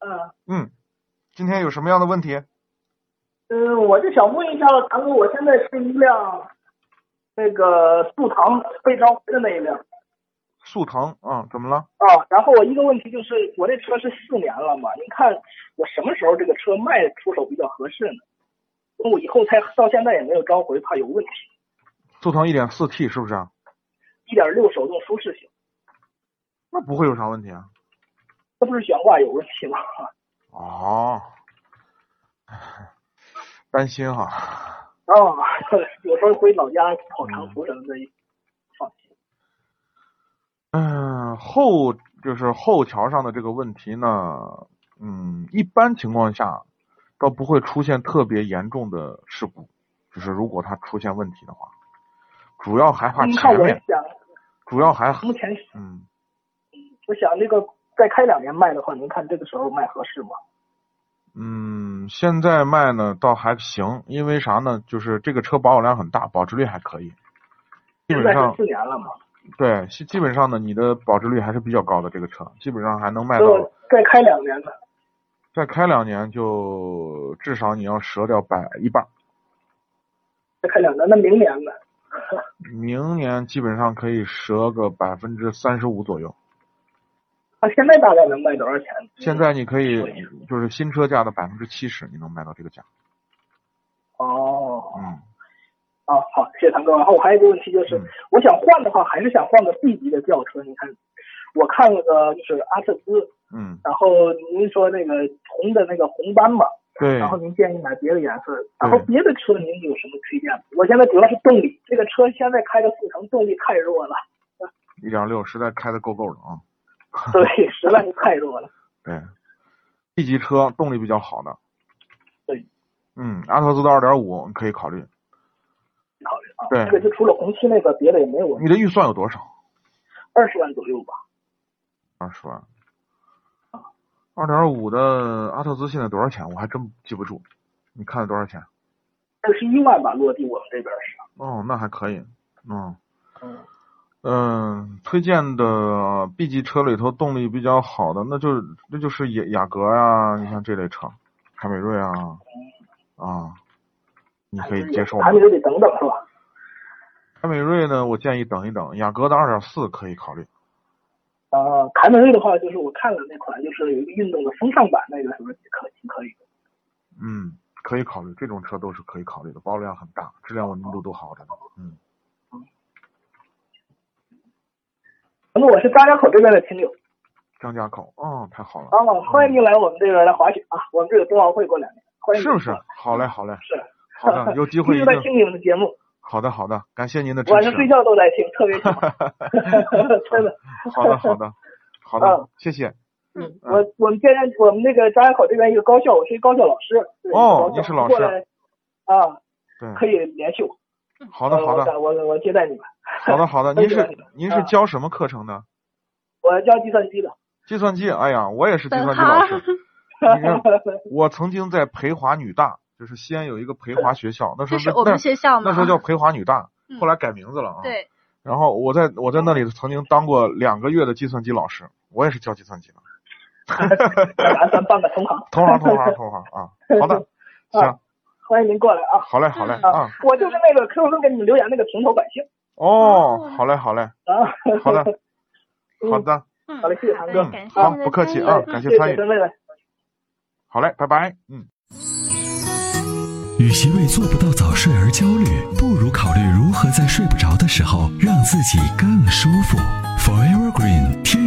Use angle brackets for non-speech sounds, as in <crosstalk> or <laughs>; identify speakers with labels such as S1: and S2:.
S1: 嗯
S2: 嗯，今天有什么样的问题？
S1: 嗯，我就想问一下，谭哥，我现在是一辆那个速腾非常肥的那一辆
S2: 速腾，嗯，怎么了？
S1: 啊。然后我一个问题就是，我这车是四年了嘛，您看我什么时候这个车卖出手比较合适呢？因为我以后才到现在也没有召回，怕有问题。
S2: 速腾一点四 T 是不是啊？
S1: 一点六手动舒适型，
S2: 那不会有啥问题啊。
S1: 这不是悬挂有问题吗？
S2: 哦，担心哈、
S1: 啊， <laughs> 有时候回老家跑长途什么的，放心。
S2: 嗯，后就是后桥上的这个问题呢，嗯，一般情况下倒不会出现特别严重的事故，就是如果它出现问题的话，主要害怕
S1: 您看
S2: 前
S1: 我
S2: 面，
S1: 想
S2: 主要还
S1: 目前
S2: 嗯。
S1: 我想这个再开两年卖的话，您看这个时候卖合适吗？
S2: 嗯，现在卖呢倒还行，因为啥呢？就是这个车保有量很大，保值率还可以。基
S1: 现
S2: 本
S1: 在
S2: 上
S1: 是四年了嘛，
S2: 对，基基本上呢，你的保值率还是比较高的。这个车基本上还能卖
S1: 如
S2: 到
S1: 果，再开两年呢，
S2: 再开两年就至少你要折掉百一半儿。
S1: 再开两年，那明年呢？
S2: 明年基本上可以折个百分之三十五左右。
S1: 啊，现在大概能卖多少钱？
S2: 现在你可以
S1: 对
S2: 就是新车价的百分之七十，你能卖到这个价。
S1: 哦，
S2: 嗯，
S1: 啊，好，谢谢唐哥。然后我还有一个问题就是，
S2: 嗯
S1: 我想换的话，还是想换个 B 级的轿车。你看，我看了个就是阿特兹，
S2: 嗯，
S1: 然后您说那个红的那个红斑嘛，
S2: 对
S1: 然，后您建议买别的颜色，然后
S2: 对
S1: 别的车您有什么推荐吗？我现在主要是动力，这个车现在开的速腾动力太弱了，
S2: <laughs> 一点六实在开的够够了啊。
S1: 对，实在是太弱了。
S2: 对，B 哎级车动力比较好的。
S1: 对。
S2: 嗯，阿特兹的二点五可以考虑。
S1: 考虑啊。
S2: 对
S1: 这个就除了红旗那个，别的也没有问
S2: 你
S1: 题，
S2: 的预算有多少？
S1: 二十万左右吧。
S2: 二十万。
S1: 啊
S2: 二点五的阿特兹现在多少钱？我还真记不住。你看了多少钱？
S1: 二十一万吧，落地我们这边是。
S2: 哦，那还可以。嗯
S1: 嗯，
S2: 嗯，推荐的 B 级车里头动力比较好的，那就是那就是雅雅阁呀、你像这类车，凯美瑞啊，
S1: 嗯
S2: 啊，你可以接受吗？
S1: 还没有得等等是吧？
S2: 凯美瑞呢，我建议等一等，雅阁的二点四可以考虑。
S1: 呃，凯美瑞的话，就是我看了那款，就是有一个运动的风尚版那个，是不是可挺可以的？
S2: 嗯，可以考虑，这种车都是可以考虑的，保有量很大，质量稳定度都好着呢。嗯，
S1: 那么我是张家口这边的听友
S2: 张家口，哦，太好了，
S1: 啊，欢迎您来我们这边来滑雪啊，我们这有冬奥会过两年，欢迎您过
S2: 是不
S1: 来。 <laughs>
S2: 是？好嘞，好嘞，
S1: 是，
S2: <laughs> 好的，有机会
S1: 一 <laughs>
S2: 一
S1: 直在
S2: 定。
S1: 听你们的节目，
S2: 好的，好的，感谢您的支
S1: 晚上睡
S2: 持。
S1: 觉都在听，特别喜欢，
S2: <laughs>
S1: 真的。
S2: 好的，
S1: <laughs>
S2: 好的，好的
S1: 嗯，
S2: 谢谢。
S1: 嗯，我我们现在我们那个张家口这边一个高校，我是一个高校老师。对
S2: 哦
S1: 高校
S2: 您是老师
S1: 过来啊，
S2: 对，
S1: 可以联系我。
S2: 好的，好的，
S1: 呃我我我接待你们。
S2: 好的，好
S1: <laughs>
S2: 的。您
S1: 可以
S2: 是
S1: 可以
S2: 您是
S1: 嗯
S2: 教什么课程的？
S1: 我教计算机的。
S2: 计算机？哎呀，我也是计算
S3: 本
S2: 机
S3: 行
S2: 老师。 <laughs> 你看，我曾经在培华女大，就是西安有一个培华学校，那时
S3: 这
S2: 候
S3: 是我
S2: 那
S3: 们学校吗？
S2: 那时候叫培华女大，
S3: 嗯
S2: 后来改名字了啊。。
S3: 对，
S2: 然后我在我在那里曾经当过两个月的计算机老师，我也是教计算机的，
S1: 咱咱办个同行，
S2: 同行同行同行
S3: <laughs>
S2: 啊。好的，行，
S1: 欢迎您过来啊。
S2: 好嘞好嘞
S3: 嗯
S2: 啊，
S1: 我就是那个 QQ 中给你们留言那个平头百姓
S2: 哦，好嘞好嘞，
S1: 啊。
S2: 好
S1: <laughs>
S2: 的
S1: 嗯
S2: 好的，
S3: 嗯
S1: 好，嘞，谢谢韩哥。
S3: 对
S2: 嗯
S3: 感，谢
S2: 好
S3: 您的
S2: 不客气
S3: 参与
S2: 啊，
S3: 嗯
S2: 感
S1: 谢
S2: 谢参
S1: 谢
S2: 与，
S1: 各位。
S2: 好嘞，拜拜，嗯。
S4: 与其为做不到早睡而焦虑，不如考虑如何在睡不着的时候让自己更舒服。Forever Green 天